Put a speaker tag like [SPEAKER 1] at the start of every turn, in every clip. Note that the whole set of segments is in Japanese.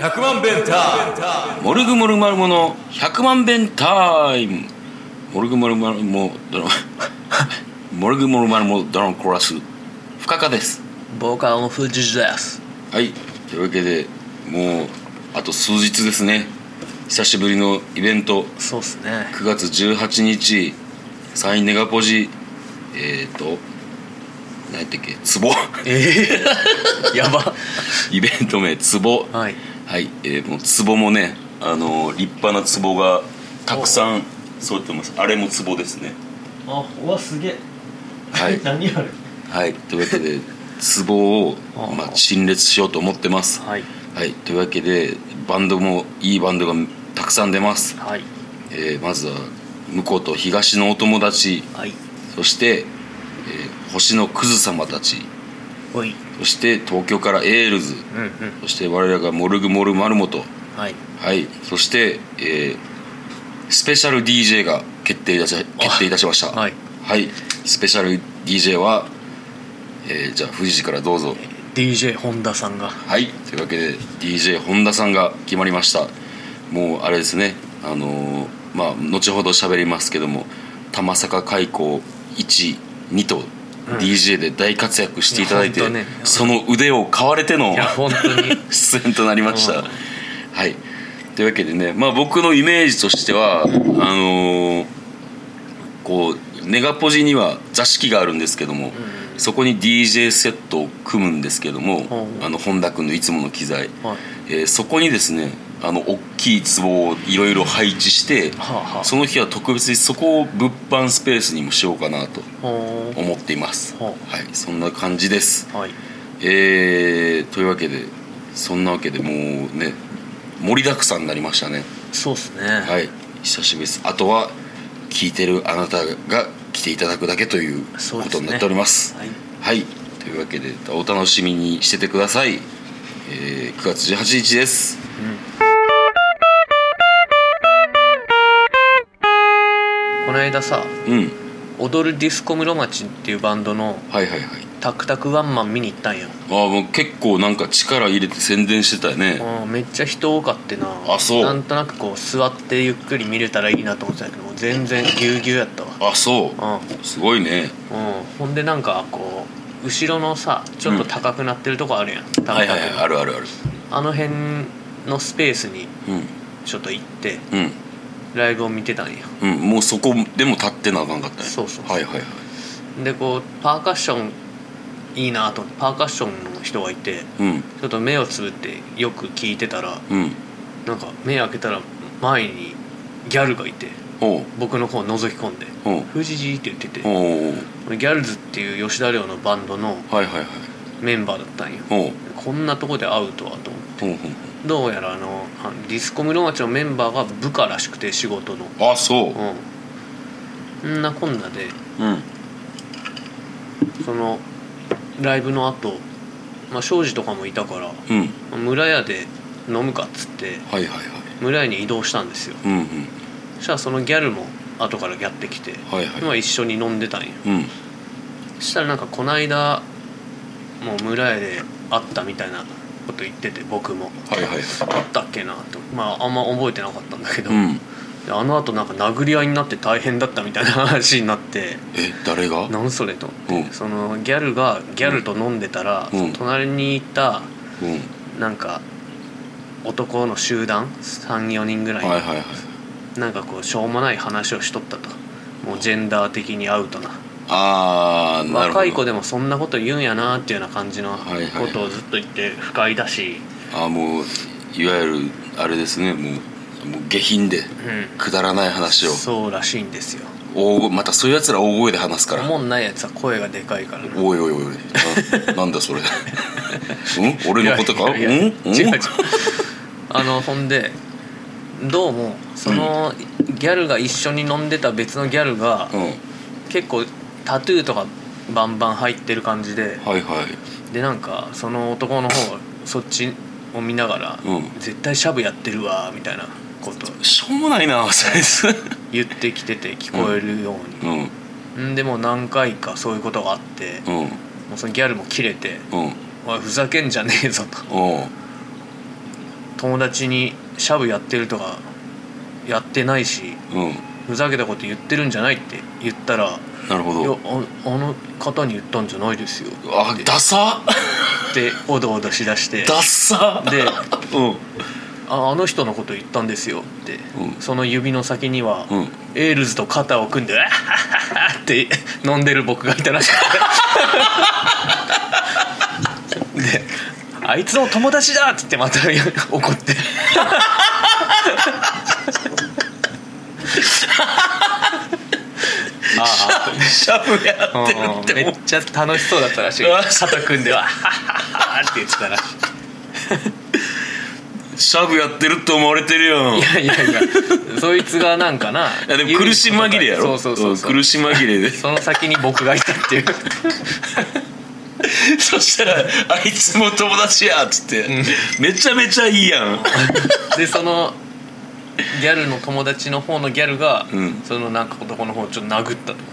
[SPEAKER 1] 100万弁タイムモルグモルマルモの100万弁タイムモルグモルマルモドラモルグモルマルモドラムコーラス深川です
[SPEAKER 2] ボーカルのフジです
[SPEAKER 1] はいというわけでもうあと数日ですね久しぶりのイベント
[SPEAKER 2] そうっすね
[SPEAKER 1] 9月18日サインネガポジえっ、ー、と何やったっけツボ
[SPEAKER 2] ええ やば
[SPEAKER 1] イベント名ツボ
[SPEAKER 2] はい
[SPEAKER 1] はい、えー、もう壺もね、あのー立派な壺がたくさん揃ってますあれも壺ですね
[SPEAKER 3] あうわすげえ、
[SPEAKER 1] はい、
[SPEAKER 3] 何あれ
[SPEAKER 1] はい、というわけで壺を
[SPEAKER 2] あー、
[SPEAKER 1] まあ、陳列しようと思ってます
[SPEAKER 2] はい
[SPEAKER 1] はいというわけでバンドもいいバンドがたくさん出ます、
[SPEAKER 2] はい
[SPEAKER 1] えーまずは向こうと東のお友達
[SPEAKER 2] はい
[SPEAKER 1] そして、えー星のクズ様たち
[SPEAKER 2] おい
[SPEAKER 1] そして東京からエールズ
[SPEAKER 2] うんうん
[SPEAKER 1] そして我らがモルグモルマルモと
[SPEAKER 2] はい
[SPEAKER 1] はい、そして、えースペシャル DJ が決定いたし決定いたしました
[SPEAKER 2] はい、
[SPEAKER 1] はいスペシャル DJ は、えーじゃあ藤士からどうぞ
[SPEAKER 2] DJ 本田さんが
[SPEAKER 1] はいというわけで DJ 本田さんが決まりましたもうあれですねあのーまあ後ほど喋りますけども玉坂開港12と DJ で大活躍していただいて、
[SPEAKER 2] いやほんとね
[SPEAKER 1] その腕を買われての
[SPEAKER 2] いや本当に
[SPEAKER 1] 出演となりました、
[SPEAKER 2] うん
[SPEAKER 1] はいというわけでねまあ僕のイメージとしてはあのーこうネガポジには座敷があるんですけども、そこに DJ セットを組むんですけども、
[SPEAKER 2] うん
[SPEAKER 1] あの本田君のいつもの機材、
[SPEAKER 2] はい
[SPEAKER 1] えーそこにですねあの大きい壺をいろいろ配置して、
[SPEAKER 2] はあはあ
[SPEAKER 1] その日は特別にそこを物販スペースにもしようかなと
[SPEAKER 2] ほ
[SPEAKER 1] 思っています、
[SPEAKER 2] ほ
[SPEAKER 1] はいそんな感じです
[SPEAKER 2] うはい
[SPEAKER 1] えー、というわけでそんなわけでもうね盛りだくさんになりましたね
[SPEAKER 2] そうっすね
[SPEAKER 1] はい久しぶりですあとは聞いてるあなたが来ていただくだけという
[SPEAKER 2] そう
[SPEAKER 1] こ
[SPEAKER 2] で
[SPEAKER 1] と
[SPEAKER 2] すね
[SPEAKER 1] になっております
[SPEAKER 2] はい
[SPEAKER 1] はいというわけでお楽しみにしててください、えー、9月18日です
[SPEAKER 2] この間さ
[SPEAKER 1] うん
[SPEAKER 2] 踊るディスコ室町っていうバンドの
[SPEAKER 1] はいはいはい
[SPEAKER 2] タクタクワンマン見に行ったんよ
[SPEAKER 1] ああもう結構なんか力入れて宣伝してたよね
[SPEAKER 2] うんめっちゃ人多かってな
[SPEAKER 1] あそう
[SPEAKER 2] なんとなくこう座ってゆっくり見れたらいいなと思ってたけどもう全然ぎゅうぎゅうやった
[SPEAKER 1] あそ
[SPEAKER 2] わうん
[SPEAKER 1] うすごいね
[SPEAKER 2] うん、ほんでなんかこう後ろのさちょっと高くなってるとこあるやん、高く
[SPEAKER 1] はいはいはいあるあるある
[SPEAKER 2] あの辺のスペースに
[SPEAKER 1] う
[SPEAKER 2] ちょっと行って
[SPEAKER 1] んうん
[SPEAKER 2] ライブを見てたんや
[SPEAKER 1] うん、もうそこでも立ってなあかんかったね
[SPEAKER 2] そうそう
[SPEAKER 1] はいはいはい
[SPEAKER 2] でこうパーカッションいいなと思ってパーカッションの人がいて
[SPEAKER 1] うん
[SPEAKER 2] ちょっと目をつぶってよく聞いてたら
[SPEAKER 1] うん
[SPEAKER 2] なんか目開けたら前にギャルがいて
[SPEAKER 1] おう
[SPEAKER 2] 僕の方を覗き込んで
[SPEAKER 1] おう
[SPEAKER 2] 「フジジー」って言ってて
[SPEAKER 1] おうおう
[SPEAKER 2] ギャルズっていう吉田寮のバンドの
[SPEAKER 1] はいはいはい
[SPEAKER 2] メンバーだったんよ
[SPEAKER 1] おう
[SPEAKER 2] こんなとこで会うとはと思って。
[SPEAKER 1] おう
[SPEAKER 2] どうやらあのあのディスコ室町のメンバーが部下らしくて仕事の
[SPEAKER 1] おうあそう
[SPEAKER 2] うんそんなこんなで
[SPEAKER 1] うん
[SPEAKER 2] そのライブの後、まあ庄司とかもいたから
[SPEAKER 1] うん
[SPEAKER 2] まあ村屋で飲むかっつって
[SPEAKER 1] はいはいはい
[SPEAKER 2] 村屋に移動したんですよ
[SPEAKER 1] うんうん
[SPEAKER 2] そしたらそのギャルも後からやってきて、
[SPEAKER 1] はいはい
[SPEAKER 2] まあ一緒に飲んでたんよ
[SPEAKER 1] うん
[SPEAKER 2] そしたらなんかこないだもう村屋で会ったみたいなこと言ってて僕も
[SPEAKER 1] はいはいはい
[SPEAKER 2] あったっけなとまああんま覚えてなかったんだけど、
[SPEAKER 1] うん
[SPEAKER 2] であの後なんか殴り合いになって大変だったみたい な話になって
[SPEAKER 1] え誰がうん
[SPEAKER 2] 何それと思って、
[SPEAKER 1] うん
[SPEAKER 2] そのギャルがギャルと飲んでたら、
[SPEAKER 1] うん
[SPEAKER 2] その隣にいたなんか男の集団34人ぐらい、
[SPEAKER 1] はいはいはい
[SPEAKER 2] なんかこうしょうもない話をしとったともうジェンダー的にアウトな
[SPEAKER 1] ああなるほど
[SPEAKER 2] 若い子でもそんなこと言うんやなっていうような感じの
[SPEAKER 1] はいはい
[SPEAKER 2] ことをずっと言って不快だし、
[SPEAKER 1] ああもういわゆるあれですねもうもう下品でくだらない話
[SPEAKER 2] う
[SPEAKER 1] を
[SPEAKER 2] ん、そうらしいんですよ
[SPEAKER 1] 大声またそういうやつら大声で話すか
[SPEAKER 2] お
[SPEAKER 1] ら
[SPEAKER 2] もんないやつは声がでかいからな
[SPEAKER 1] おいおいおいおいな なんだそれうん俺のことか
[SPEAKER 2] いやいやいや
[SPEAKER 1] うんうん
[SPEAKER 2] 違う違うあのほんでどうもそのギャルが一緒に飲んでた別のギャルが
[SPEAKER 1] うん
[SPEAKER 2] 結構タトゥーとかバンバン入ってる感じで
[SPEAKER 1] はいはい
[SPEAKER 2] でなんかその男の方そっちを見ながら
[SPEAKER 1] うん
[SPEAKER 2] 「絶対シャブやってるわ」みたいなこと
[SPEAKER 1] しょうもないなそいつ
[SPEAKER 2] 言ってきてて聞こえるよう
[SPEAKER 1] うん
[SPEAKER 2] にんでもう何回かそういうことがあって
[SPEAKER 1] うん
[SPEAKER 2] もうそのギャルもキレて
[SPEAKER 1] うん
[SPEAKER 2] 「おいふざけんじゃねえぞ」と
[SPEAKER 1] おう
[SPEAKER 2] 友達にシャブやってるとかやってないし
[SPEAKER 1] うん
[SPEAKER 2] ふざけたこと言ってるんじゃないって言ったら「
[SPEAKER 1] なるほ
[SPEAKER 2] いや
[SPEAKER 1] ど
[SPEAKER 2] ああの方に言ったんじゃないですよ」
[SPEAKER 1] あダサ
[SPEAKER 2] っておどおどしだして
[SPEAKER 1] ダサ
[SPEAKER 2] で
[SPEAKER 1] うん
[SPEAKER 2] ああの人のこと言ったんですよって、
[SPEAKER 1] うん
[SPEAKER 2] その指の先には、
[SPEAKER 1] うん
[SPEAKER 2] エールズと肩を組んで「あはははって飲んでる僕がいたらしくてで「あいつの友達だ!」って言ってまた怒ってああ
[SPEAKER 1] シャブや
[SPEAKER 2] うん
[SPEAKER 1] っ
[SPEAKER 2] うん
[SPEAKER 1] てる
[SPEAKER 2] め
[SPEAKER 1] って
[SPEAKER 2] っちゃ楽しそうだったらしい肩組んでは「あはははって言ってたらしい
[SPEAKER 1] シャブやってるって思われてるやん
[SPEAKER 2] いやいやいやそいつがなんかない
[SPEAKER 1] やでも苦し紛れやろ
[SPEAKER 2] そうそうそうそう、
[SPEAKER 1] ん苦し紛れ で
[SPEAKER 2] その先に僕がいたっていう
[SPEAKER 1] そしたらあいつも友達やっつって、めちゃめちゃいいやん
[SPEAKER 2] でそのギャルの友達の方のギャルが、
[SPEAKER 1] うん
[SPEAKER 2] そのなんか男の方をちょっと殴ったとか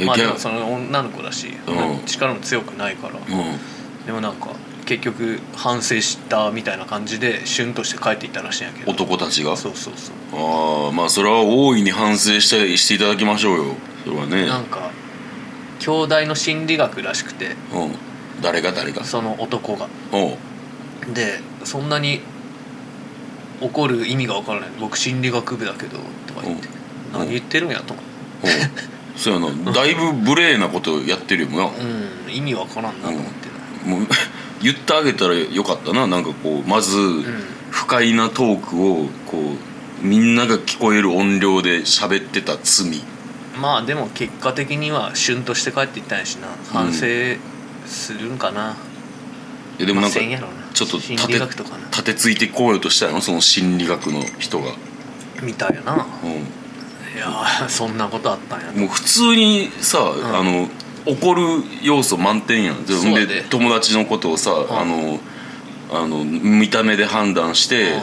[SPEAKER 1] え
[SPEAKER 2] まあ
[SPEAKER 1] ギ
[SPEAKER 2] で
[SPEAKER 1] ャ
[SPEAKER 2] もその女の子だし、
[SPEAKER 1] うん
[SPEAKER 2] 力も強くないから、
[SPEAKER 1] うん
[SPEAKER 2] でもなんか結局反省したみたいな感じでシュンとして帰っていったらしいんやけど
[SPEAKER 1] 男たちが
[SPEAKER 2] そうそうそう
[SPEAKER 1] ああまあそれは大いに反省してしていただきましょうよそれはね
[SPEAKER 2] なんか兄弟の心理学らしくて
[SPEAKER 1] うん誰が誰が
[SPEAKER 2] その男が
[SPEAKER 1] おう
[SPEAKER 2] でそんなに怒る意味が分からない僕心理学部だけどとか言って
[SPEAKER 1] ん
[SPEAKER 2] 何言ってるんやと思
[SPEAKER 1] おうそうやな だいぶ無礼なことやってるよな、
[SPEAKER 2] ううん意味分からんなと思ってな
[SPEAKER 1] もう 言ってあげたらよかったななんかこうまず不快なトークをこうみんなが聞こえる音量で喋ってた罪
[SPEAKER 2] まあでも結果的には旬として帰っていったんやしな反省するんかな、
[SPEAKER 1] いやでもなんか
[SPEAKER 2] まあせんやろな
[SPEAKER 1] ちょっと立
[SPEAKER 2] 心
[SPEAKER 1] て
[SPEAKER 2] 理学とかな
[SPEAKER 1] 立てついてこようとしたのその心理学の人が、
[SPEAKER 2] みたいやな
[SPEAKER 1] う
[SPEAKER 2] いやーそんなことあったんや
[SPEAKER 1] ん、もう普通にさ、あの怒る要素満点やんで
[SPEAKER 2] そうやで
[SPEAKER 1] で友達のことをさ、あのあの見た目で判断して、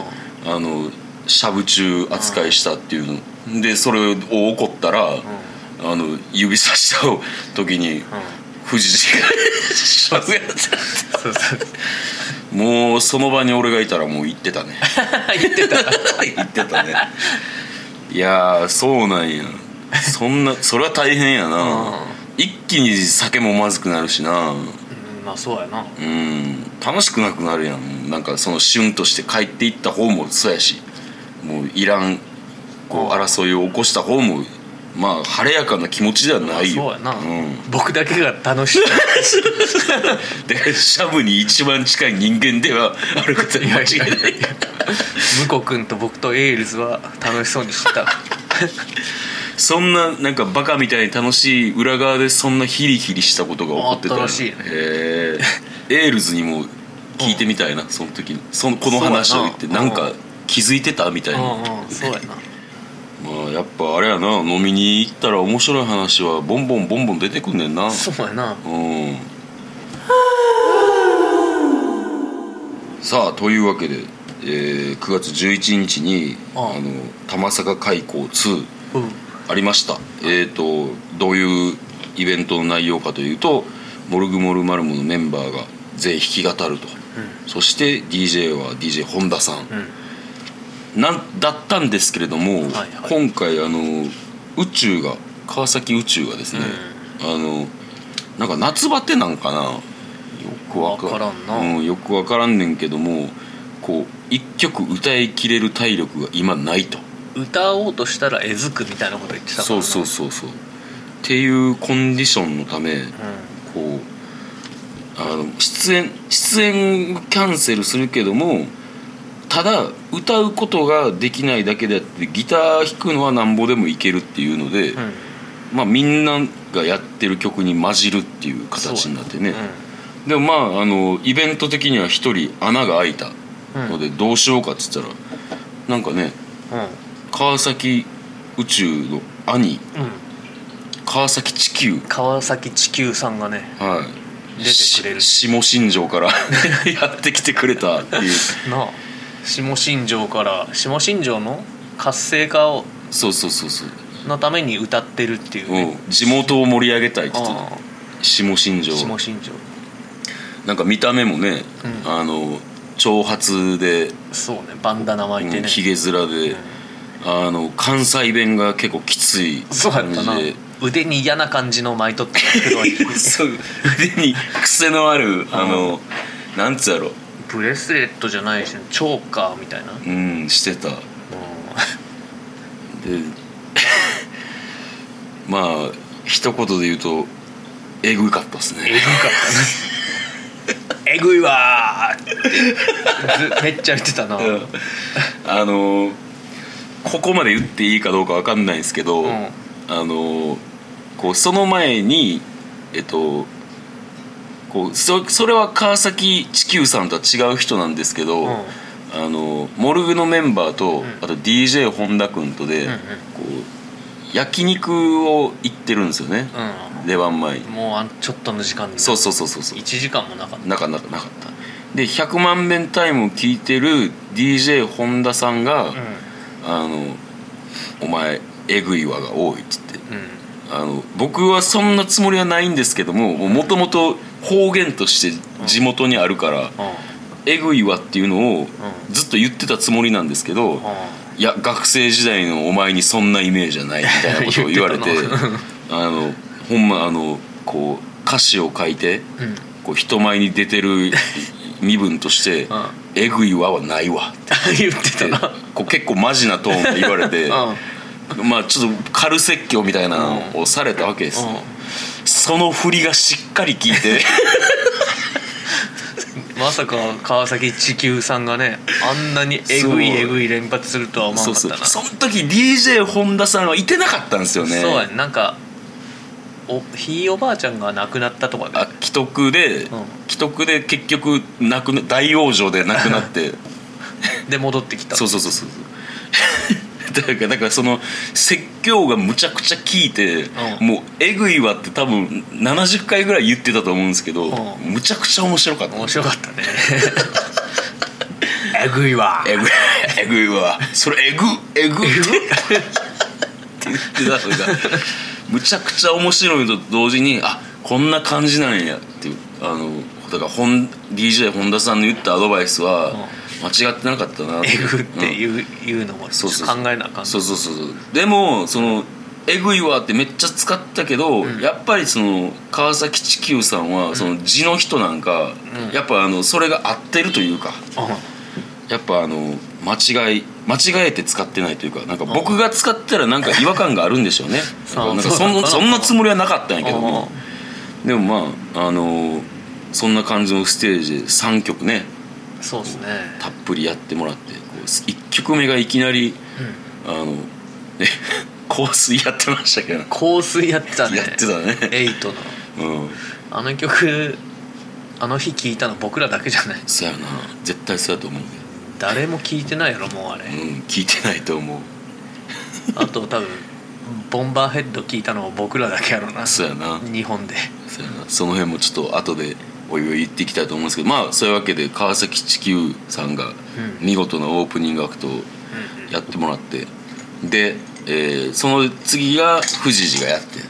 [SPEAKER 1] あのしゃぶ中扱いしたっていうの、でそれを怒ったら、あの指さした時に富士寺がしゃぶやった
[SPEAKER 2] そうそう
[SPEAKER 1] もうその場に俺がいたらもう行ってたね
[SPEAKER 2] 言っ てた
[SPEAKER 1] 言ってたねいやーそうなんやそんなそれは大変やな、
[SPEAKER 2] うん
[SPEAKER 1] 一気に酒もまずくなるしな
[SPEAKER 2] うんまあそうやな
[SPEAKER 1] うん楽しくなくなるやんなんかその旬として帰っていった方もそうやしもういらんこう争いを起こした方もまあ晴れやかな気持ちではないよ、
[SPEAKER 2] そうやな、
[SPEAKER 1] ん、
[SPEAKER 2] 僕だけが楽しい
[SPEAKER 1] でシャブに一番近い人間ではあることに間違いない
[SPEAKER 2] 向こう君と僕とエイルズは楽しそうにし てた
[SPEAKER 1] そんななんかバカみたいに楽しい裏側でそんなヒリヒリしたことが起こってた
[SPEAKER 2] あったらしいね
[SPEAKER 1] へえエールズにも聞いてみたいな、その時にそのこの話を言って
[SPEAKER 2] そうや
[SPEAKER 1] な
[SPEAKER 2] なん
[SPEAKER 1] か気づいてたみたいな、
[SPEAKER 2] うんうんそうやな
[SPEAKER 1] まあやっぱあれやな飲みに行ったら面白い話はボンボンボンボン出てくんねんな
[SPEAKER 2] そうやな
[SPEAKER 1] うんさあというわけで、えー9月11日に「
[SPEAKER 2] ああ
[SPEAKER 1] あの玉坂開港2」
[SPEAKER 2] うん
[SPEAKER 1] ありました、えー、とどういうイベントの内容かというと「モルグモルマルモ」のメンバーが全員弾き語ると、そして DJ は DJ 本田さん、
[SPEAKER 2] うん
[SPEAKER 1] なんだったんですけれども、
[SPEAKER 2] はい
[SPEAKER 1] 今回あの宇宙が川崎宇宙がですね、あのなんか夏バテなんかなよくわ
[SPEAKER 2] わからんな
[SPEAKER 1] うん、よくわからんねんけどもこう一曲歌いきれる体力が今ないと。
[SPEAKER 2] 歌おうとしたらえずくみたいなこと言ってたから
[SPEAKER 1] そう
[SPEAKER 2] な
[SPEAKER 1] そうそうそうっていうコンディションのためこうあの出演出演キャンセルするけどもただ歌うことができないだけであってギター弾くのはなんぼでもいけるっていうので、
[SPEAKER 2] うんうん
[SPEAKER 1] まあ、みんながやってる曲に混じるっていう形になってね、でもまああのイベント的には一人穴が開いたのでどうしようかっつったらなんかね
[SPEAKER 2] うんうん
[SPEAKER 1] 川崎宇宙の兄
[SPEAKER 2] うん
[SPEAKER 1] 川崎地球
[SPEAKER 2] 川崎地球さんがね
[SPEAKER 1] はい
[SPEAKER 2] 出てくれる
[SPEAKER 1] し下新庄 からやってきてくれたっていう
[SPEAKER 2] なあ下新庄から下新庄の活性化を
[SPEAKER 1] そうそうそうそう、
[SPEAKER 2] のために歌ってるっていう
[SPEAKER 1] う
[SPEAKER 2] ね
[SPEAKER 1] ん、地元を盛り上げたいって言って
[SPEAKER 2] ああ
[SPEAKER 1] 下新庄
[SPEAKER 2] 下新庄
[SPEAKER 1] なんか見た目もね、
[SPEAKER 2] うん
[SPEAKER 1] あの長髪で
[SPEAKER 2] そうねバンダナ巻いてね、
[SPEAKER 1] ひげ、面で、あの関西弁が結構きつい
[SPEAKER 2] そうやったな
[SPEAKER 1] 感じ で
[SPEAKER 2] 腕に嫌な感じの巻いとった 黒い
[SPEAKER 1] そう腕に癖のあるあのなんつうやろ
[SPEAKER 2] ブレスレットじゃないしチョーカーみたいな、うん
[SPEAKER 1] うんしてたで まあ一言で言うとえぐかったです
[SPEAKER 2] えぐ
[SPEAKER 1] ね
[SPEAKER 2] かったねえぐいわーってずめっちゃ言ってたな、うん
[SPEAKER 1] あのここまで言っていいかどうかわかんないんですけど、
[SPEAKER 2] うん
[SPEAKER 1] あのこうその前にえっとこうそそれは川崎地球さんとは違う人なんですけど、
[SPEAKER 2] うん
[SPEAKER 1] あのモルグのメンバーと、
[SPEAKER 2] ん
[SPEAKER 1] あと DJ 本田君とで、
[SPEAKER 2] うんうん
[SPEAKER 1] こう焼肉を行ってるんですよね、出番前に、
[SPEAKER 2] もうあんちょっとの時間で
[SPEAKER 1] そうそうそうそうそう
[SPEAKER 2] 1時間もなかった
[SPEAKER 1] なかなかなかったで100万遍タイムを聞いてる DJ 本田さんが「
[SPEAKER 2] う
[SPEAKER 1] あのお前えぐいわが多い」っつって
[SPEAKER 2] んうん
[SPEAKER 1] あの僕はそんなつもりはないんですけどももともと方言として地元にあるから
[SPEAKER 2] うん
[SPEAKER 1] 「えぐいわ」っていうのをずっと言ってたつもりなんですけど、いや学生時代のお前にそんなイメージじゃないみたいなことを言われて
[SPEAKER 2] 言ってた
[SPEAKER 1] あのほんまあのこう歌詞を書いて
[SPEAKER 2] うんうん
[SPEAKER 1] こう人前に出てる身分として
[SPEAKER 2] うん
[SPEAKER 1] 「えぐいわ」はないわっ
[SPEAKER 2] 言ってた
[SPEAKER 1] て
[SPEAKER 2] な、
[SPEAKER 1] こう結構マジなトーンで言われて
[SPEAKER 2] うん
[SPEAKER 1] まあちょっと軽説教みたいなのをされたわけですね、その振りがしっかり効い て
[SPEAKER 2] うんまさか川崎地球さんがねあんなにえぐい
[SPEAKER 1] そう
[SPEAKER 2] えぐい連発するとは思わ
[SPEAKER 1] そ
[SPEAKER 2] な
[SPEAKER 1] う
[SPEAKER 2] かった
[SPEAKER 1] そう
[SPEAKER 2] な
[SPEAKER 1] その時 DJ 本田さんはいてなかったんですよね
[SPEAKER 2] そうやんなんかおひいおばあちゃんが亡くなったとかで
[SPEAKER 1] あ既得で、
[SPEAKER 2] ん
[SPEAKER 1] 既得で結局なくな大往生でなくなって
[SPEAKER 2] で戻ってきた
[SPEAKER 1] そうそうそう そうだからだからその説教がむちゃくちゃ効いて、
[SPEAKER 2] うん
[SPEAKER 1] もう「えぐいわ」って多分70回ぐらい言ってたと思うんですけど、
[SPEAKER 2] う
[SPEAKER 1] むちゃくちゃ面白かった
[SPEAKER 2] 面白かったね えぐいわ
[SPEAKER 1] えぐい えぐいわそれえぐえぐって言ってたのがむちゃくちゃ面白いのと同時にあこんな感じなんやっていうあのだから本 DJ 本田さんの言ったアドバイスは間違ってなかったな
[SPEAKER 2] えぐって
[SPEAKER 1] うん
[SPEAKER 2] いう,、いうのもち
[SPEAKER 1] そ
[SPEAKER 2] ょ
[SPEAKER 1] う
[SPEAKER 2] っ
[SPEAKER 1] そ
[SPEAKER 2] と
[SPEAKER 1] う
[SPEAKER 2] 考
[SPEAKER 1] そう
[SPEAKER 2] えなあかん
[SPEAKER 1] そうそうそうそうでもそのえぐいわってめっちゃ使ったけど、やっぱりその川崎地球さんはその地の人なんか、やっぱあのそれが合ってるというか、
[SPEAKER 2] う
[SPEAKER 1] やっぱあの間違い間違えて使ってないというかなんか僕が使ったらなん か違和感があるんでしょうね
[SPEAKER 2] そう
[SPEAKER 1] なんか
[SPEAKER 2] そ
[SPEAKER 1] そ
[SPEAKER 2] うん
[SPEAKER 1] な
[SPEAKER 2] そう
[SPEAKER 1] そんなつもりはなかったんやけど
[SPEAKER 2] んうん
[SPEAKER 1] もでもまああのそんな感じのステージで3曲ね
[SPEAKER 2] そうですね
[SPEAKER 1] たっぷりやってもらってこう1曲目がいきなりあのえ 香水やってましたけどね
[SPEAKER 2] 香水やってたね
[SPEAKER 1] やってたね
[SPEAKER 2] エイトの
[SPEAKER 1] うん
[SPEAKER 2] あの曲あの日聞いたの僕らだけじゃない
[SPEAKER 1] そうやな絶対そうやと思うけ
[SPEAKER 2] 誰も聞いてないやろもうあ
[SPEAKER 1] ど
[SPEAKER 2] れ
[SPEAKER 1] うん聞いてないと思う
[SPEAKER 2] あと多分ボンバーヘッド聞いたの僕らだけやろな
[SPEAKER 1] そうやな
[SPEAKER 2] 日本で
[SPEAKER 1] そうやなその辺もちょっと後でおいおい言っていきたいと思うんですけどまあそういうわけで川崎地球さんが
[SPEAKER 2] うん
[SPEAKER 1] 見事なオープニングアクトをやってもらってで、えーその次が藤寺がやって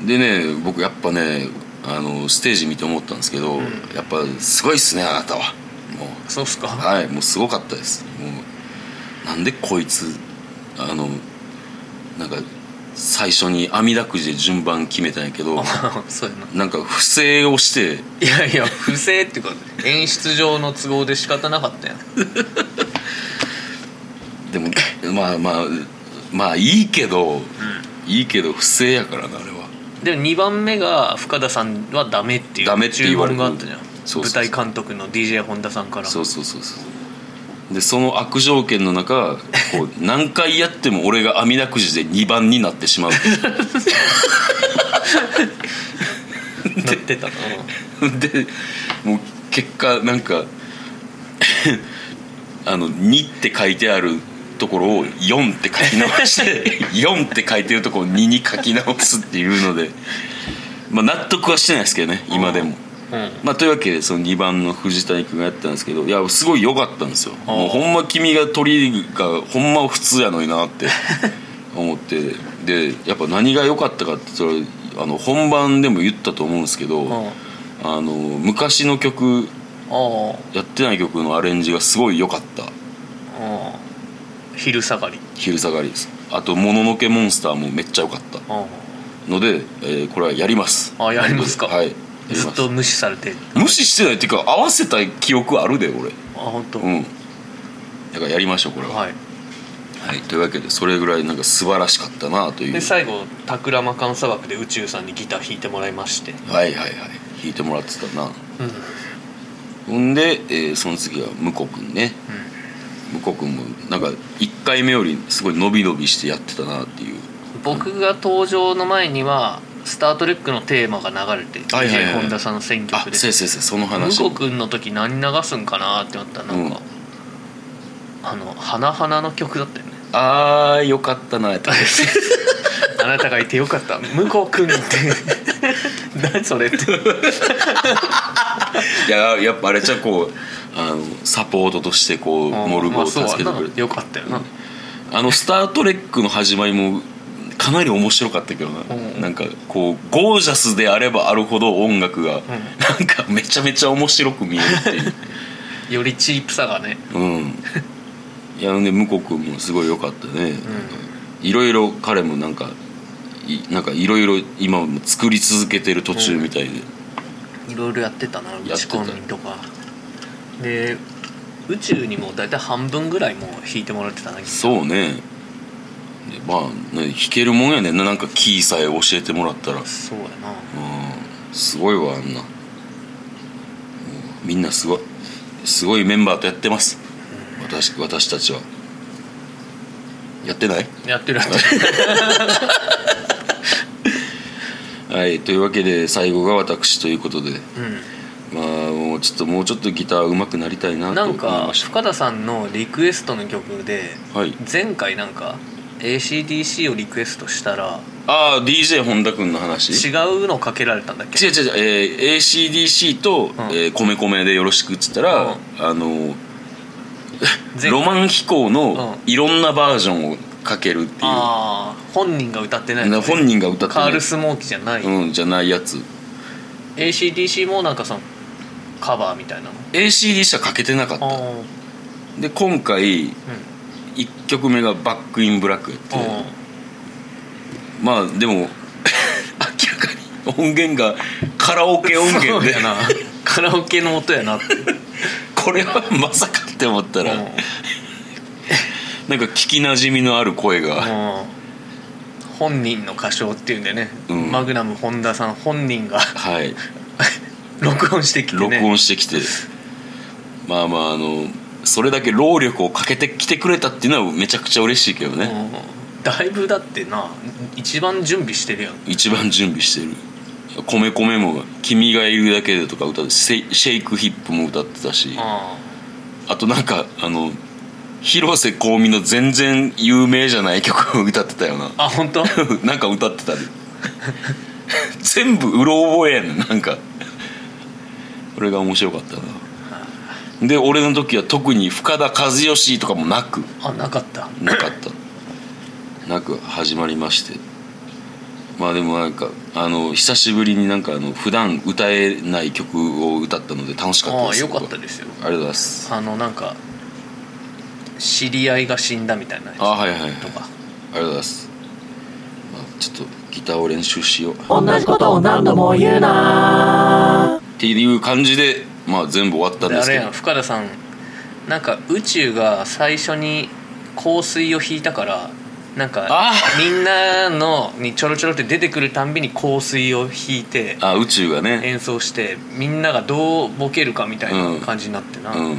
[SPEAKER 2] うん
[SPEAKER 1] でね僕やっぱねあのステージ見て思ったんですけど、やっぱすごいっすねあなたはもう
[SPEAKER 2] そうっすか
[SPEAKER 1] はいもうすごかったですもうなんでこいつあのなんか最初に網だくじで順番決めたんやけ ど
[SPEAKER 2] そうやな
[SPEAKER 1] なんか不正をして
[SPEAKER 2] いやいや不正っていうか演出上の都合で仕方なかったやん
[SPEAKER 1] でもまあまあまあいいけど、いいけど不正やからなあれは
[SPEAKER 2] でも2番目が深田さんはダメっていう
[SPEAKER 1] ダメって言われ
[SPEAKER 2] 注文
[SPEAKER 1] て
[SPEAKER 2] があったじゃん
[SPEAKER 1] そうそうそう
[SPEAKER 2] 舞台監督の DJ 本田さんから
[SPEAKER 1] そうそうそうそうでその悪条件の中こう何回やっても俺が網だくじで2番になってしまう
[SPEAKER 2] なってたな
[SPEAKER 1] でもう結果なんか あの2って書いてあるところを4って書き直して4って書いてるところを2に書き直すっていうので、まあ、納得はしてないですけどね今でも。
[SPEAKER 2] うん
[SPEAKER 1] まあ、というわけでその2番の藤谷君がやったんですけどいやすごい良かったんですよ
[SPEAKER 2] あー
[SPEAKER 1] もうほんま君が鳥がほん ま普通やのになって思ってでやっぱ何が良かったかってそれあの本番でも言ったと思うんですけど、
[SPEAKER 2] うんあ
[SPEAKER 1] あの昔の曲
[SPEAKER 2] あ
[SPEAKER 1] やってない曲のアレンジがすごい良かった
[SPEAKER 2] ああ昼下がり
[SPEAKER 1] 「昼下がり」ですあと「もののけモンスター」もめっちゃ良かった
[SPEAKER 2] あ
[SPEAKER 1] ので、えーこれはやります
[SPEAKER 2] あやりますか
[SPEAKER 1] はいやり
[SPEAKER 2] あず
[SPEAKER 1] ま
[SPEAKER 2] っ
[SPEAKER 1] す
[SPEAKER 2] と無視されて
[SPEAKER 1] 無視してないっていうか合わせた記憶あるで俺
[SPEAKER 2] あ本当、
[SPEAKER 1] うんだからやりましょうこれは
[SPEAKER 2] はい
[SPEAKER 1] はい、というわけでそれぐらいなんか素晴らしかったなという
[SPEAKER 2] で最後タクラマカン砂漠で宇宙さんにギター弾いてもらいまして
[SPEAKER 1] はいはいはい弾いてもらってたな
[SPEAKER 2] うん、
[SPEAKER 1] ほんで、えーその次は向こう君ね向こう君もなんか1回目よりすごい伸び伸びしてやってたなっていう
[SPEAKER 2] 僕が登場の前には「スター・トレック」のテーマが流れて、
[SPEAKER 1] はいはいはい
[SPEAKER 2] DJ 本田さんの選
[SPEAKER 1] あ
[SPEAKER 2] 曲で
[SPEAKER 1] せいせいせいその話
[SPEAKER 2] 向こう君の時何流すんかなって思ったらなんか、あの「花々の曲だったよね
[SPEAKER 1] あーよかったなや った
[SPEAKER 2] あなたがいてよかった 向こう君って何それって
[SPEAKER 1] いややっぱあれじゃこうあのサポートとしてこう モルグ
[SPEAKER 2] ま
[SPEAKER 1] を
[SPEAKER 2] あそう
[SPEAKER 1] 助
[SPEAKER 2] は
[SPEAKER 1] けて
[SPEAKER 2] な
[SPEAKER 1] くれて
[SPEAKER 2] よかったよな、
[SPEAKER 1] あの「スター・トレック」の始まりもかなり面白かったけどな、
[SPEAKER 2] うん
[SPEAKER 1] なんかこうゴージャスであればあるほど音楽が、なんかめちゃめちゃ面白く見えるっていう
[SPEAKER 2] よりチープさがね
[SPEAKER 1] うんいやね向こう君もすごい良かったねいろいろ彼もなんかいなんかいろいろ今も作り続けてる途中みたいで、
[SPEAKER 2] いろいろやってたな打
[SPEAKER 1] てた
[SPEAKER 2] ち込みとかで宇宙にも大体半分ぐらいもう弾いてもらってたな
[SPEAKER 1] そうねでまあね弾けるもんやねんななんかキーさえ教えてもらったら
[SPEAKER 2] そうや
[SPEAKER 1] う
[SPEAKER 2] な
[SPEAKER 1] んすごいわあんなもうみんなすごいすごいメンバーとやってます私私たちはやってない
[SPEAKER 2] やってるやってる
[SPEAKER 1] はいというわけで最後が私 ということでまあもうちょっともうちょっとギター上手くなりたいな
[SPEAKER 2] うん
[SPEAKER 1] と
[SPEAKER 2] な
[SPEAKER 1] 思
[SPEAKER 2] ん
[SPEAKER 1] い
[SPEAKER 2] か
[SPEAKER 1] ました
[SPEAKER 2] 深田さんのリクエストの曲で
[SPEAKER 1] はい
[SPEAKER 2] 前回なんか ACDC をリクエストしたら
[SPEAKER 1] ああ DJ 本田君の話
[SPEAKER 2] 違うのかけられたんだっ
[SPEAKER 1] 違う
[SPEAKER 2] け
[SPEAKER 1] 違う違う、えー、ACDC と
[SPEAKER 2] ん
[SPEAKER 1] えー米米でよろしく」っつったら、
[SPEAKER 2] うん
[SPEAKER 1] あの
[SPEAKER 2] 前
[SPEAKER 1] ロマン飛行の
[SPEAKER 2] う
[SPEAKER 1] いろんなバージョンをかけるっていう、
[SPEAKER 2] ああ本人が歌ってない
[SPEAKER 1] な本人が歌って
[SPEAKER 2] カ
[SPEAKER 1] な
[SPEAKER 2] ー
[SPEAKER 1] い
[SPEAKER 2] ル・スモーキーじゃない、
[SPEAKER 1] うん、じゃないやつ
[SPEAKER 2] ACDC もなんかそのカバーみたいなの
[SPEAKER 1] ACD しかかけてなかっ
[SPEAKER 2] あ
[SPEAKER 1] たで今回
[SPEAKER 2] あ
[SPEAKER 1] 1曲目が「バック・イン・ブラック」やって
[SPEAKER 2] うん
[SPEAKER 1] まあでも 明らかに音源がカラオケ音源で
[SPEAKER 2] そ うやなカラオケの音やなって
[SPEAKER 1] これはまさかって思ったら、
[SPEAKER 2] うん
[SPEAKER 1] なんか聞きなじみのある声が、
[SPEAKER 2] うん本人の歌唱っていうんでね、
[SPEAKER 1] うん
[SPEAKER 2] マグナム本田さん本人が
[SPEAKER 1] はい
[SPEAKER 2] 録音してきてね
[SPEAKER 1] 録音してきて、まあまああのそれだけ労力をかけてきてくれたっていうのはめちゃくちゃ嬉しいけどね、
[SPEAKER 2] うんだいぶだってな一番準備してるやん
[SPEAKER 1] 一番準備してる米米も「君がいるだけで」とか歌ってシェイシェイクヒップも歌ってたし
[SPEAKER 2] あ
[SPEAKER 1] あとなんかあの広瀬香美の全然有名じゃない曲を歌ってたよな
[SPEAKER 2] あ本当
[SPEAKER 1] なんか歌ってたね 全部うろ覚えやねんなんかこれが面白かったなで俺の時は特に深田和義とかもなく
[SPEAKER 2] あなか った
[SPEAKER 1] なかったなく始まりましてまあでもなんかあの久しぶりになんかあの普段歌えない曲を歌ったので楽しかった
[SPEAKER 2] あ
[SPEAKER 1] で
[SPEAKER 2] あ
[SPEAKER 1] す
[SPEAKER 2] よかった
[SPEAKER 1] 僕は
[SPEAKER 2] ですよ
[SPEAKER 1] ありがとうございます
[SPEAKER 2] あのなんか知り合いが死んだみたいなやつ
[SPEAKER 1] あはいはいはいあり
[SPEAKER 2] とか
[SPEAKER 1] がとうございます、まあ、ちょっとギターを練習しようっ
[SPEAKER 4] 同じことを何度も言うな
[SPEAKER 1] ていう感じでまあ全部終わったん
[SPEAKER 2] で
[SPEAKER 1] で
[SPEAKER 2] あ
[SPEAKER 1] す
[SPEAKER 2] れ
[SPEAKER 1] け
[SPEAKER 2] や
[SPEAKER 1] ど
[SPEAKER 2] ん深田さんなんか宇宙が最初に香水を引いたからなんか
[SPEAKER 1] あ
[SPEAKER 2] みんなのにちょろちょろって出てくるたんびに香水を引いて
[SPEAKER 1] あ宇宙がね
[SPEAKER 2] 演奏してみんながどうボケるかみたいな感じになってな、
[SPEAKER 1] うん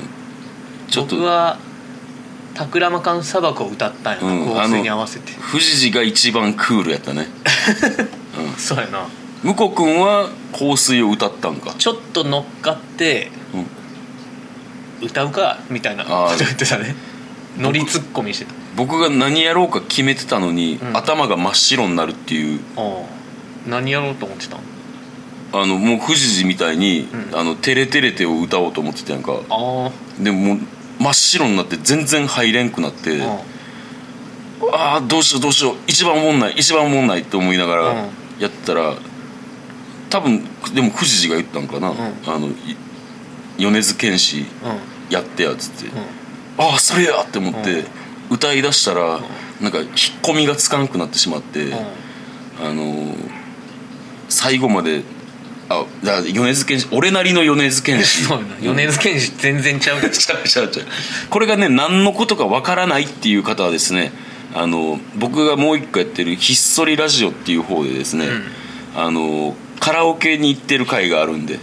[SPEAKER 1] ちょっと
[SPEAKER 2] 僕は「タクラマカン砂漠」を歌ったんやな、
[SPEAKER 1] うん
[SPEAKER 2] 香水に合わせて
[SPEAKER 1] 富士寺が一番クールやったね
[SPEAKER 2] そうやな
[SPEAKER 1] 向こう君は香水を歌ったんか
[SPEAKER 2] ちょっと乗っかって
[SPEAKER 1] うん
[SPEAKER 2] 歌うかみたいなこと言ってたね乗りツッコミしてた
[SPEAKER 1] 僕が何やろうか決めてたのに、
[SPEAKER 2] うん
[SPEAKER 1] 頭が真っ白になるっていう
[SPEAKER 2] ああ何やろうと思ってたん
[SPEAKER 1] あのもう富士寺みたいに「
[SPEAKER 2] うん
[SPEAKER 1] あのテレテレテ」を歌おうと思ってたやんか
[SPEAKER 2] あ
[SPEAKER 1] でももう真っ白になって全然入れんくなって、
[SPEAKER 2] あ
[SPEAKER 1] ああどうしようどうしよう一番おもんない一番おもんないって思いながら、
[SPEAKER 2] うん
[SPEAKER 1] やったら多分でも富士寺が言ったんかな、あのい米津玄師やってやっつって、ああそれやって思って、歌いだしたら、なんか引っ込みがつかなくなってしまって、あのー最後まであだから米津玄師俺なりの米津玄師
[SPEAKER 2] そうやな米津玄師全然ちゃう け ど
[SPEAKER 1] ちゃうちゃうちゃうこれがね何のことかわからないっていう方はですねあの僕がもう一個やってる「ひっそりラジオ」っていう方でですね、
[SPEAKER 2] ん
[SPEAKER 1] あのカラオケに行ってる回があるんで、
[SPEAKER 2] うん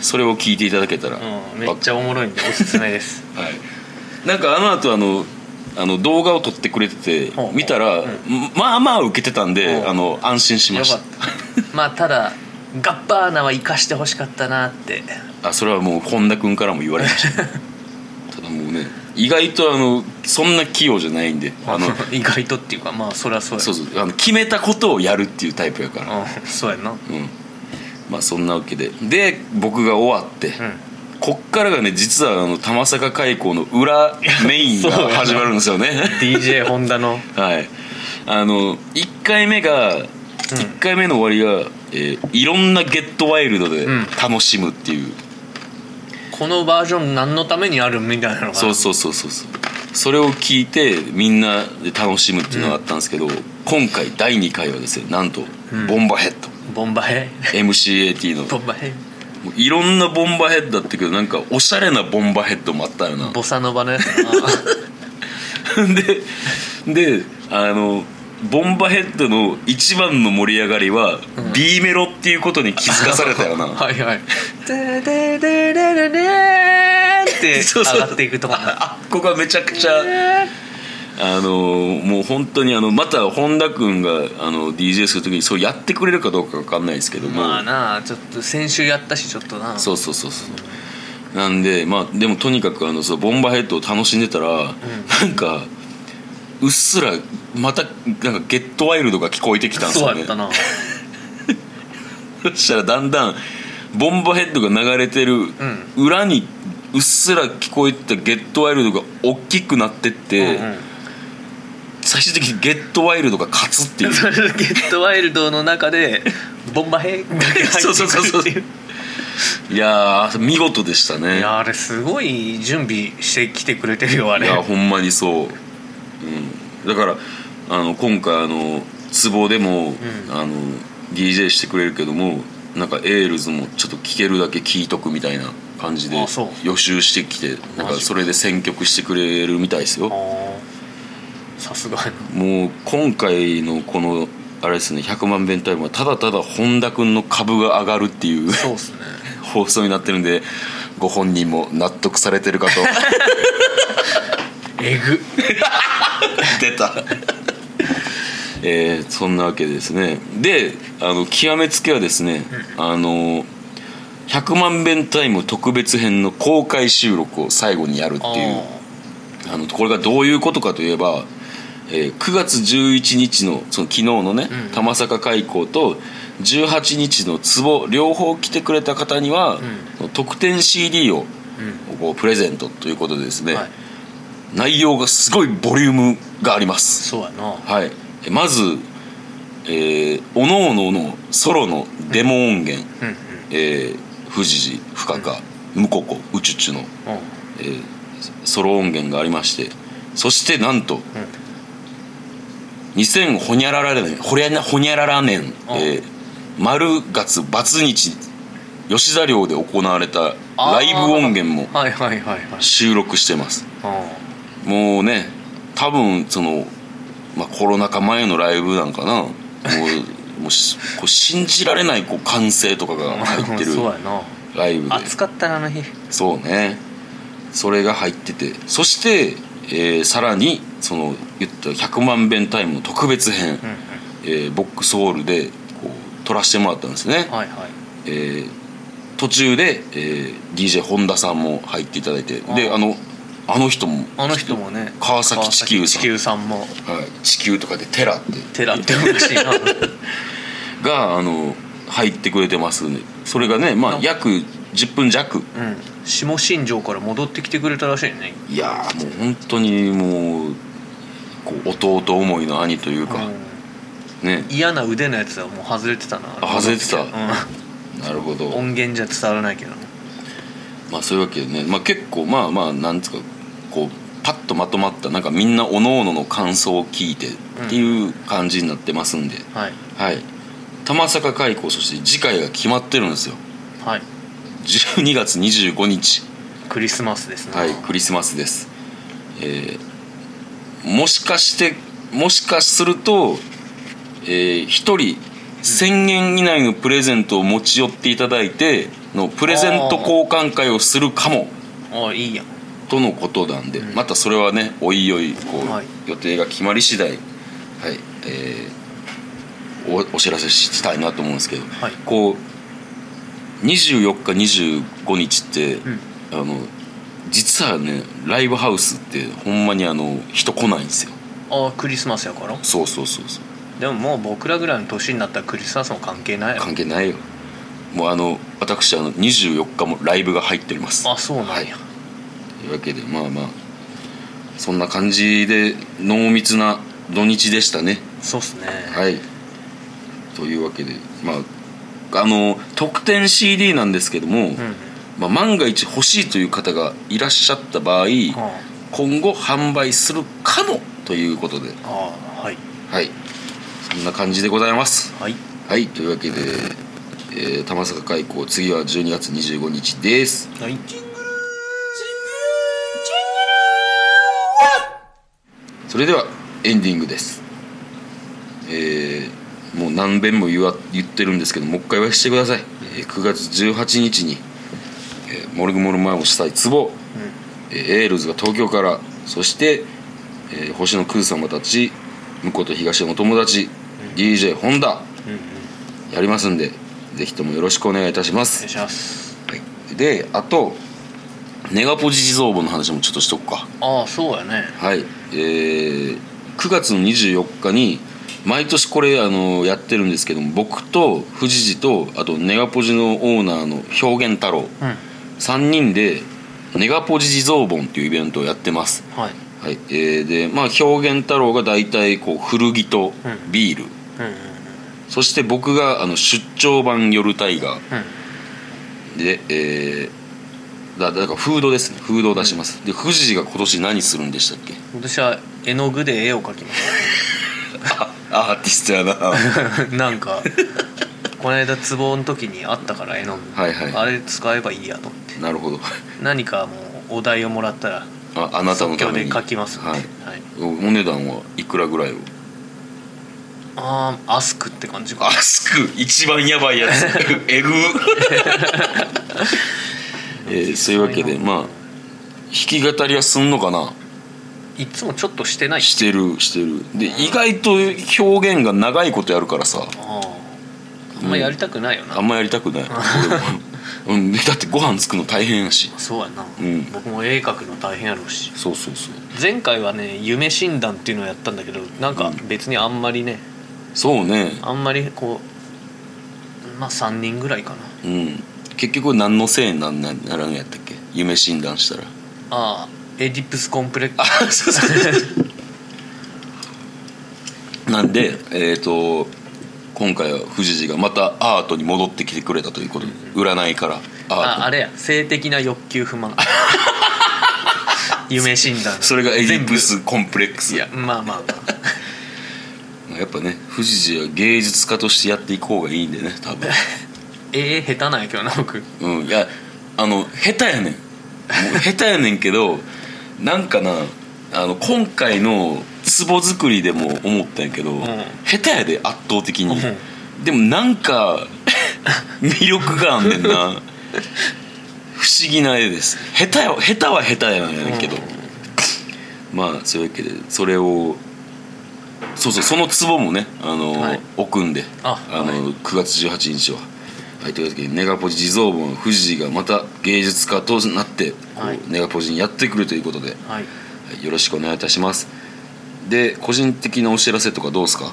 [SPEAKER 1] それを聞いていただけたら、
[SPEAKER 2] うん、うん、めっちゃおもろいんでおすすめです
[SPEAKER 1] はい、なんかあの後あのあの動画を撮ってくれてて
[SPEAKER 2] ほうほう
[SPEAKER 1] 見たら、
[SPEAKER 2] うん
[SPEAKER 1] まあまあ受けてたんで、
[SPEAKER 2] うん
[SPEAKER 1] あの安心し ま
[SPEAKER 2] よか
[SPEAKER 1] し
[SPEAKER 2] ったたまあただガッバーナは生かしてほしかったなって
[SPEAKER 1] あそれはもう本田君からも言われました ただもうね意外とあのそんな器用じゃないんであの
[SPEAKER 2] 意外とっていうかまあそりゃそうや
[SPEAKER 1] そうそうあの決めたことをやるっていうタイプやから、
[SPEAKER 2] うん、そうやなうん
[SPEAKER 1] うんまあそんなわけでで僕が終わって、こっからがね実はあの玉坂開港の裏メインが
[SPEAKER 2] そうやな
[SPEAKER 1] 始まるんですよね
[SPEAKER 2] DJ ホンダの
[SPEAKER 1] はいあの1回目が、一1回目の終わりが、えーいろんなゲットワイルドで
[SPEAKER 2] うん
[SPEAKER 1] 楽しむっていう、
[SPEAKER 2] このバージョン何のためにあるみたいなのが
[SPEAKER 1] そうそうそうそうそうそれを聞いてみんなで楽しむっていうのがあったんですけど、今回第2回はですねなんと、
[SPEAKER 2] ん
[SPEAKER 1] ボンバヘッド
[SPEAKER 2] ボンバヘ
[SPEAKER 1] MCAT の
[SPEAKER 2] ボンバヘ
[SPEAKER 1] もういろんなボンバヘッドだったけどなんかおしゃれなボンバヘッドもあったよな
[SPEAKER 2] ボサノ バのやつだな
[SPEAKER 1] でであのボンバヘッドの一番の盛り上がりは、B メロっていうことに気づかされた よな
[SPEAKER 2] はいはい「デデデデデデ」って上がっていくと こな
[SPEAKER 1] あここがめちゃくちゃあのもう本当にあのまた本田君があの DJ するときにそうやってくれるかどうかわかんないですけども、
[SPEAKER 2] まあなあちょっと先週やったしちょっとな
[SPEAKER 1] そうそうそうそうなんでまあでもとにかくあのそうボンバーヘッドを楽しんでたら、なんかうっすらまたなんかゲットワイルドが聞こえてきたんですよ
[SPEAKER 2] そうや
[SPEAKER 1] ね
[SPEAKER 2] ったな
[SPEAKER 1] そしたらだんだんボンバーヘッドが流れてる
[SPEAKER 2] ん
[SPEAKER 1] 裏にうっすら聞こえてたゲットワイルドが大きくなってって、
[SPEAKER 2] うんうん
[SPEAKER 1] 最終的にゲットワイルドが勝つっていう
[SPEAKER 2] それでゲットワイルドの中でボンバヘだけ入 ってくるっ てい
[SPEAKER 1] そうそうそうそういやー見事でしたね
[SPEAKER 2] いやあれすごい準備してきてくれてるよあ
[SPEAKER 1] い
[SPEAKER 2] れ
[SPEAKER 1] やほんまにそう、うん、だからあの今回あの壺でも、あの DJ してくれるけどもなんかエールズもちょっと聴けるだけ聴いとくみたいな感じで
[SPEAKER 2] あそう
[SPEAKER 1] 予習してきてなんか
[SPEAKER 2] マジ
[SPEAKER 1] それで選曲してくれるみたいです
[SPEAKER 2] あ
[SPEAKER 1] よ
[SPEAKER 2] ーさすがやな
[SPEAKER 1] もう今回のこのあれですね100万弁タイムはただただ本田君の株が上がるっていう
[SPEAKER 2] そうっすね
[SPEAKER 1] 放送になってるんでご本人も納得されてるかと
[SPEAKER 2] えぐ
[SPEAKER 1] 出た えーそんなわけですねであの極めつけはですね、あの100万遍タイム特別編の公開収録を最後にやるって
[SPEAKER 2] あ
[SPEAKER 1] いうあのこれがどういうことかといえば、えー9月11日のその昨日のね、
[SPEAKER 2] うん
[SPEAKER 1] 玉坂開港と18日の壺両方来てくれた方には、特典 CD をこうプレゼントということでですね、
[SPEAKER 2] はい
[SPEAKER 1] 内容がすごいボリュームがあります。
[SPEAKER 2] そうやな
[SPEAKER 1] はい、えまず、えー、おのおののソロのデモ音源、
[SPEAKER 2] うんうん
[SPEAKER 1] えー、富士寺深川、ムココウチュチュの、
[SPEAKER 2] うん
[SPEAKER 1] えーソロ音源がありましてそしてなんと、2000ほにゃらら年ほにゃほにゃらら年、えー丸月罰日吉田寮で行われた
[SPEAKER 2] あー
[SPEAKER 1] ライブ音源も
[SPEAKER 2] はいはいはいはい
[SPEAKER 1] 収録してますもうね多分その、まあ、コロナ禍前のライブなんかなもうもうしこう信じられないこう歓声とかが入って
[SPEAKER 2] う
[SPEAKER 1] る
[SPEAKER 2] んそうやな
[SPEAKER 1] ライブで
[SPEAKER 2] 暑かったなあの日
[SPEAKER 1] そうねそれが入っててそして、えーさらにその言った100万遍タイムの特別編、えーボックスホールでこう撮らせてもらったんですね、
[SPEAKER 2] はいはい
[SPEAKER 1] えー途中で、えー DJ 本田さんも入っていただいてで
[SPEAKER 2] あー
[SPEAKER 1] あのあの人も
[SPEAKER 2] あの人もね
[SPEAKER 1] 川崎地球さん
[SPEAKER 2] 川崎地球さんも
[SPEAKER 1] はい、地球とかでテラって
[SPEAKER 2] テラっておかしいな
[SPEAKER 1] があの入ってくれてますねそれがねまあ約10分弱
[SPEAKER 2] うん下新庄から戻ってきてくれたらしいね
[SPEAKER 1] いやーもう本当にもうこう弟思いの兄というか、
[SPEAKER 2] うん
[SPEAKER 1] ね
[SPEAKER 2] 嫌な腕のやつはもう外れてたな
[SPEAKER 1] あ外れてた
[SPEAKER 2] う
[SPEAKER 1] なるほど
[SPEAKER 2] ん、音源じゃ伝わらないけど
[SPEAKER 1] まあそういうわけでね、まあ、結構まあまあなんつうかこうパッとまとまったなんかみんなおのおのの感想を聞いてっていう感じになってますんで、
[SPEAKER 2] はい
[SPEAKER 1] はい玉坂開校そして次回が決まってるんですよ
[SPEAKER 2] はい
[SPEAKER 1] 12月25日
[SPEAKER 2] クリスマスですね
[SPEAKER 1] はいクリスマスですえーもしかしてもしかするとえー、1人1000円以内のプレゼントを持ち寄っていただいてのプレゼント交換会をするかも
[SPEAKER 2] あいいやん
[SPEAKER 1] とのことなんで、またそれはねおいおいこう、
[SPEAKER 2] はい
[SPEAKER 1] 予定が決まり次第はいえーおお知らせしたいなと思うんですけど、
[SPEAKER 2] はい
[SPEAKER 1] こう24日25日って、
[SPEAKER 2] ん
[SPEAKER 1] あの実はねライブハウスってほんまにあの人来ないんですよ
[SPEAKER 2] あクリスマスやから
[SPEAKER 1] そうそうそうそう
[SPEAKER 2] でももう僕らぐらいの年になったらクリスマスも関係ないやろ
[SPEAKER 1] 関係ないよもうあの私あの24日もライブが入っております
[SPEAKER 2] あそうなんや、
[SPEAKER 1] はいというわけでまあまあそんな感じで濃密な土日でしたね
[SPEAKER 2] そうっすね
[SPEAKER 1] はいというわけでまああの特典 CD なんですけども、
[SPEAKER 2] うん
[SPEAKER 1] まあ、万が一欲しいという方がいらっしゃった場合、
[SPEAKER 2] あ
[SPEAKER 1] 今後販売するかもということで
[SPEAKER 2] ああはい
[SPEAKER 1] はいそんな感じでございます
[SPEAKER 2] はい
[SPEAKER 1] はいというわけで、えー玉坂開港次は12月25日です
[SPEAKER 2] はい
[SPEAKER 1] それではエンディングですえーもう何遍も言わ言ってるんですけどもう一回言わせてください、えー9月18日に、えーモルグモルマーモ主催壺、えーエールズが東京からそして、えー星野空様たち向こうと東の友達、DJ 本田、やりますんでぜひともよろしくお願いいたしま
[SPEAKER 2] 失
[SPEAKER 1] す
[SPEAKER 2] 礼、します
[SPEAKER 1] はい、であとネガポジ地蔵簿の話もちょっとしとくか
[SPEAKER 2] ああそうやね
[SPEAKER 1] はい、えー9月の24日に毎年これあのやってるんですけども僕と藤次とあとネガポジのオーナーの表現太郎、
[SPEAKER 2] うん
[SPEAKER 1] 3人でネガポジ地蔵盆っていうイベントをやってます、
[SPEAKER 2] はい
[SPEAKER 1] はいえーでまあ表現太郎が大体こう古着と
[SPEAKER 2] うん
[SPEAKER 1] ビール、
[SPEAKER 2] うんうん
[SPEAKER 1] そして僕があの出張版夜タイガー
[SPEAKER 2] うん
[SPEAKER 1] でえーだだからフードですねフードを出します、で藤次が今年何するんでしたっけ
[SPEAKER 2] 私は絵の具で絵を描きまし
[SPEAKER 1] アーティストやなは
[SPEAKER 2] た なんかこの間ツボの時にあったから絵の具、
[SPEAKER 1] いはい
[SPEAKER 2] あれ使えばいいやと思って
[SPEAKER 1] なるほど
[SPEAKER 2] 何かもうお題をもらったら
[SPEAKER 1] ああなたの
[SPEAKER 2] 即
[SPEAKER 1] た
[SPEAKER 2] 興
[SPEAKER 1] め
[SPEAKER 2] で
[SPEAKER 1] に
[SPEAKER 2] 描きますんで、
[SPEAKER 1] はい、
[SPEAKER 2] はい、
[SPEAKER 1] おお値段はいくらぐら いを
[SPEAKER 2] ああアスクって感じか
[SPEAKER 1] アスク一番やばいやつ えぐえー、そういうわけでまあ弾き語りはすんのかない
[SPEAKER 2] つもちょっとしてない
[SPEAKER 1] してるしてるで意外と表現が長いことやるからさ
[SPEAKER 2] あああんまやりたくないよな、
[SPEAKER 1] あんまやりたく ない俺もうん、だってご飯作るの大変やし
[SPEAKER 2] そうやな、
[SPEAKER 1] ん
[SPEAKER 2] 僕も絵描くの大変やろうし
[SPEAKER 1] そうそうそう
[SPEAKER 2] 前回はね夢診断っていうのをやったんだけどなんか別にあんまりね
[SPEAKER 1] そうね
[SPEAKER 2] あんまりこうまあ3人ぐらいかな
[SPEAKER 1] うん結局何のせいになんなならんやったっけ夢診断したら
[SPEAKER 2] ああエディプスコンプレックス
[SPEAKER 1] なんで、えー、と今回は藤次がまたアートに戻ってきてくれたということで占いからアー
[SPEAKER 2] あ
[SPEAKER 1] ト
[SPEAKER 2] あれや性的な欲求 不満夢診断
[SPEAKER 1] それがエディプスコンプレックス
[SPEAKER 2] いや
[SPEAKER 1] や
[SPEAKER 2] まあまあま
[SPEAKER 1] やっぱね藤次は芸術家としてやっていこうがいいんでね多 分
[SPEAKER 2] あええ下手なんやけどな僕
[SPEAKER 1] うんいやあの下手やねんもう下手やねんけどなんかなあの今回の壺作りでも思ったんやけど、下手やで圧倒的に、でもなんか魅力があんねんな不思議な絵です下手よ下手は下手やねんけど、まあそういうわけでそれをそうそうその壺もねあの、
[SPEAKER 2] はい
[SPEAKER 1] 置くんで
[SPEAKER 2] あ
[SPEAKER 1] の、9月18日は。はい、というわけでネガポジ地蔵本富士がまた芸術家となって、
[SPEAKER 2] はい
[SPEAKER 1] ネガポジにやってくるということで、
[SPEAKER 2] はい
[SPEAKER 1] はいよろしくお願いいたしますで個人的なお知らせとかどうですか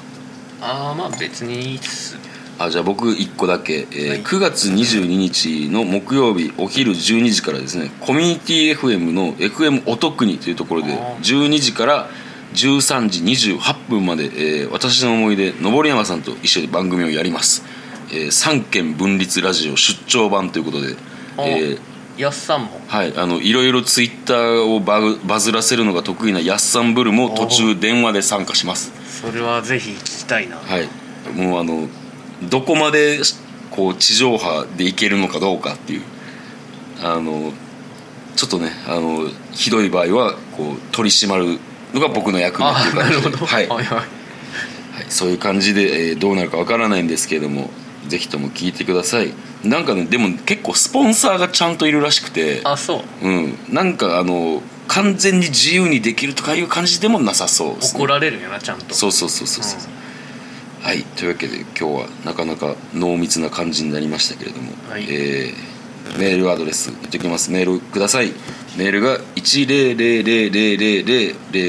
[SPEAKER 2] ああまあ別にいいっすね
[SPEAKER 1] あじゃあ僕1個だけ、えー
[SPEAKER 2] はい
[SPEAKER 1] 9月22日の木曜日お昼12時からですねコミュニティ FM の FM お得にというところで
[SPEAKER 2] あー
[SPEAKER 1] 12時から13時28分まで、えー私の思い出登山さんと一緒に番組をやります、えー、三県分立ラジオ出張版ということで、
[SPEAKER 2] お
[SPEAKER 1] えー
[SPEAKER 2] やっさんも
[SPEAKER 1] はい、あのいろいろツイッターをバグバズらせるのが得意なやっさんブルも途中電話で参加します
[SPEAKER 2] それはぜひ聞きたいな
[SPEAKER 1] はいもうあのどこまでこう地上波でいけるのかどうかっていうあのちょっとねあのひどい場合はこう取り締まるのが僕の役目っていう
[SPEAKER 2] あな
[SPEAKER 1] 感
[SPEAKER 2] る
[SPEAKER 1] じ
[SPEAKER 2] ほ
[SPEAKER 1] で
[SPEAKER 2] ど
[SPEAKER 1] はい
[SPEAKER 2] は
[SPEAKER 1] はいい
[SPEAKER 2] はい
[SPEAKER 1] そういう感じで、えーどうなるかわからないんですけれどもぜひとも聞いてくださいなんかねでも結構スポンサーがちゃんといるらしくて
[SPEAKER 2] あそう
[SPEAKER 1] うん、なんかあの完全に自由にできるとかいう感じでもなさそうですね
[SPEAKER 2] 怒られるんやなちゃんと
[SPEAKER 1] そうそうそうそうそう、はいというわけで今日はなかなか濃密な感じになりましたけれども、
[SPEAKER 2] はい
[SPEAKER 1] えーメールアドレス言っておきますメールくださいメールが1000000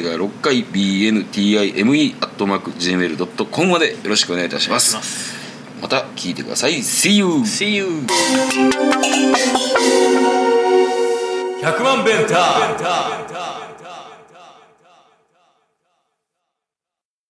[SPEAKER 1] が6回 bntime.gmail.com までよろしくお願いいたし
[SPEAKER 2] お願
[SPEAKER 1] ま
[SPEAKER 2] いし
[SPEAKER 1] す
[SPEAKER 2] ます
[SPEAKER 1] また聞いてください See you!
[SPEAKER 2] See you
[SPEAKER 5] 100万ベンター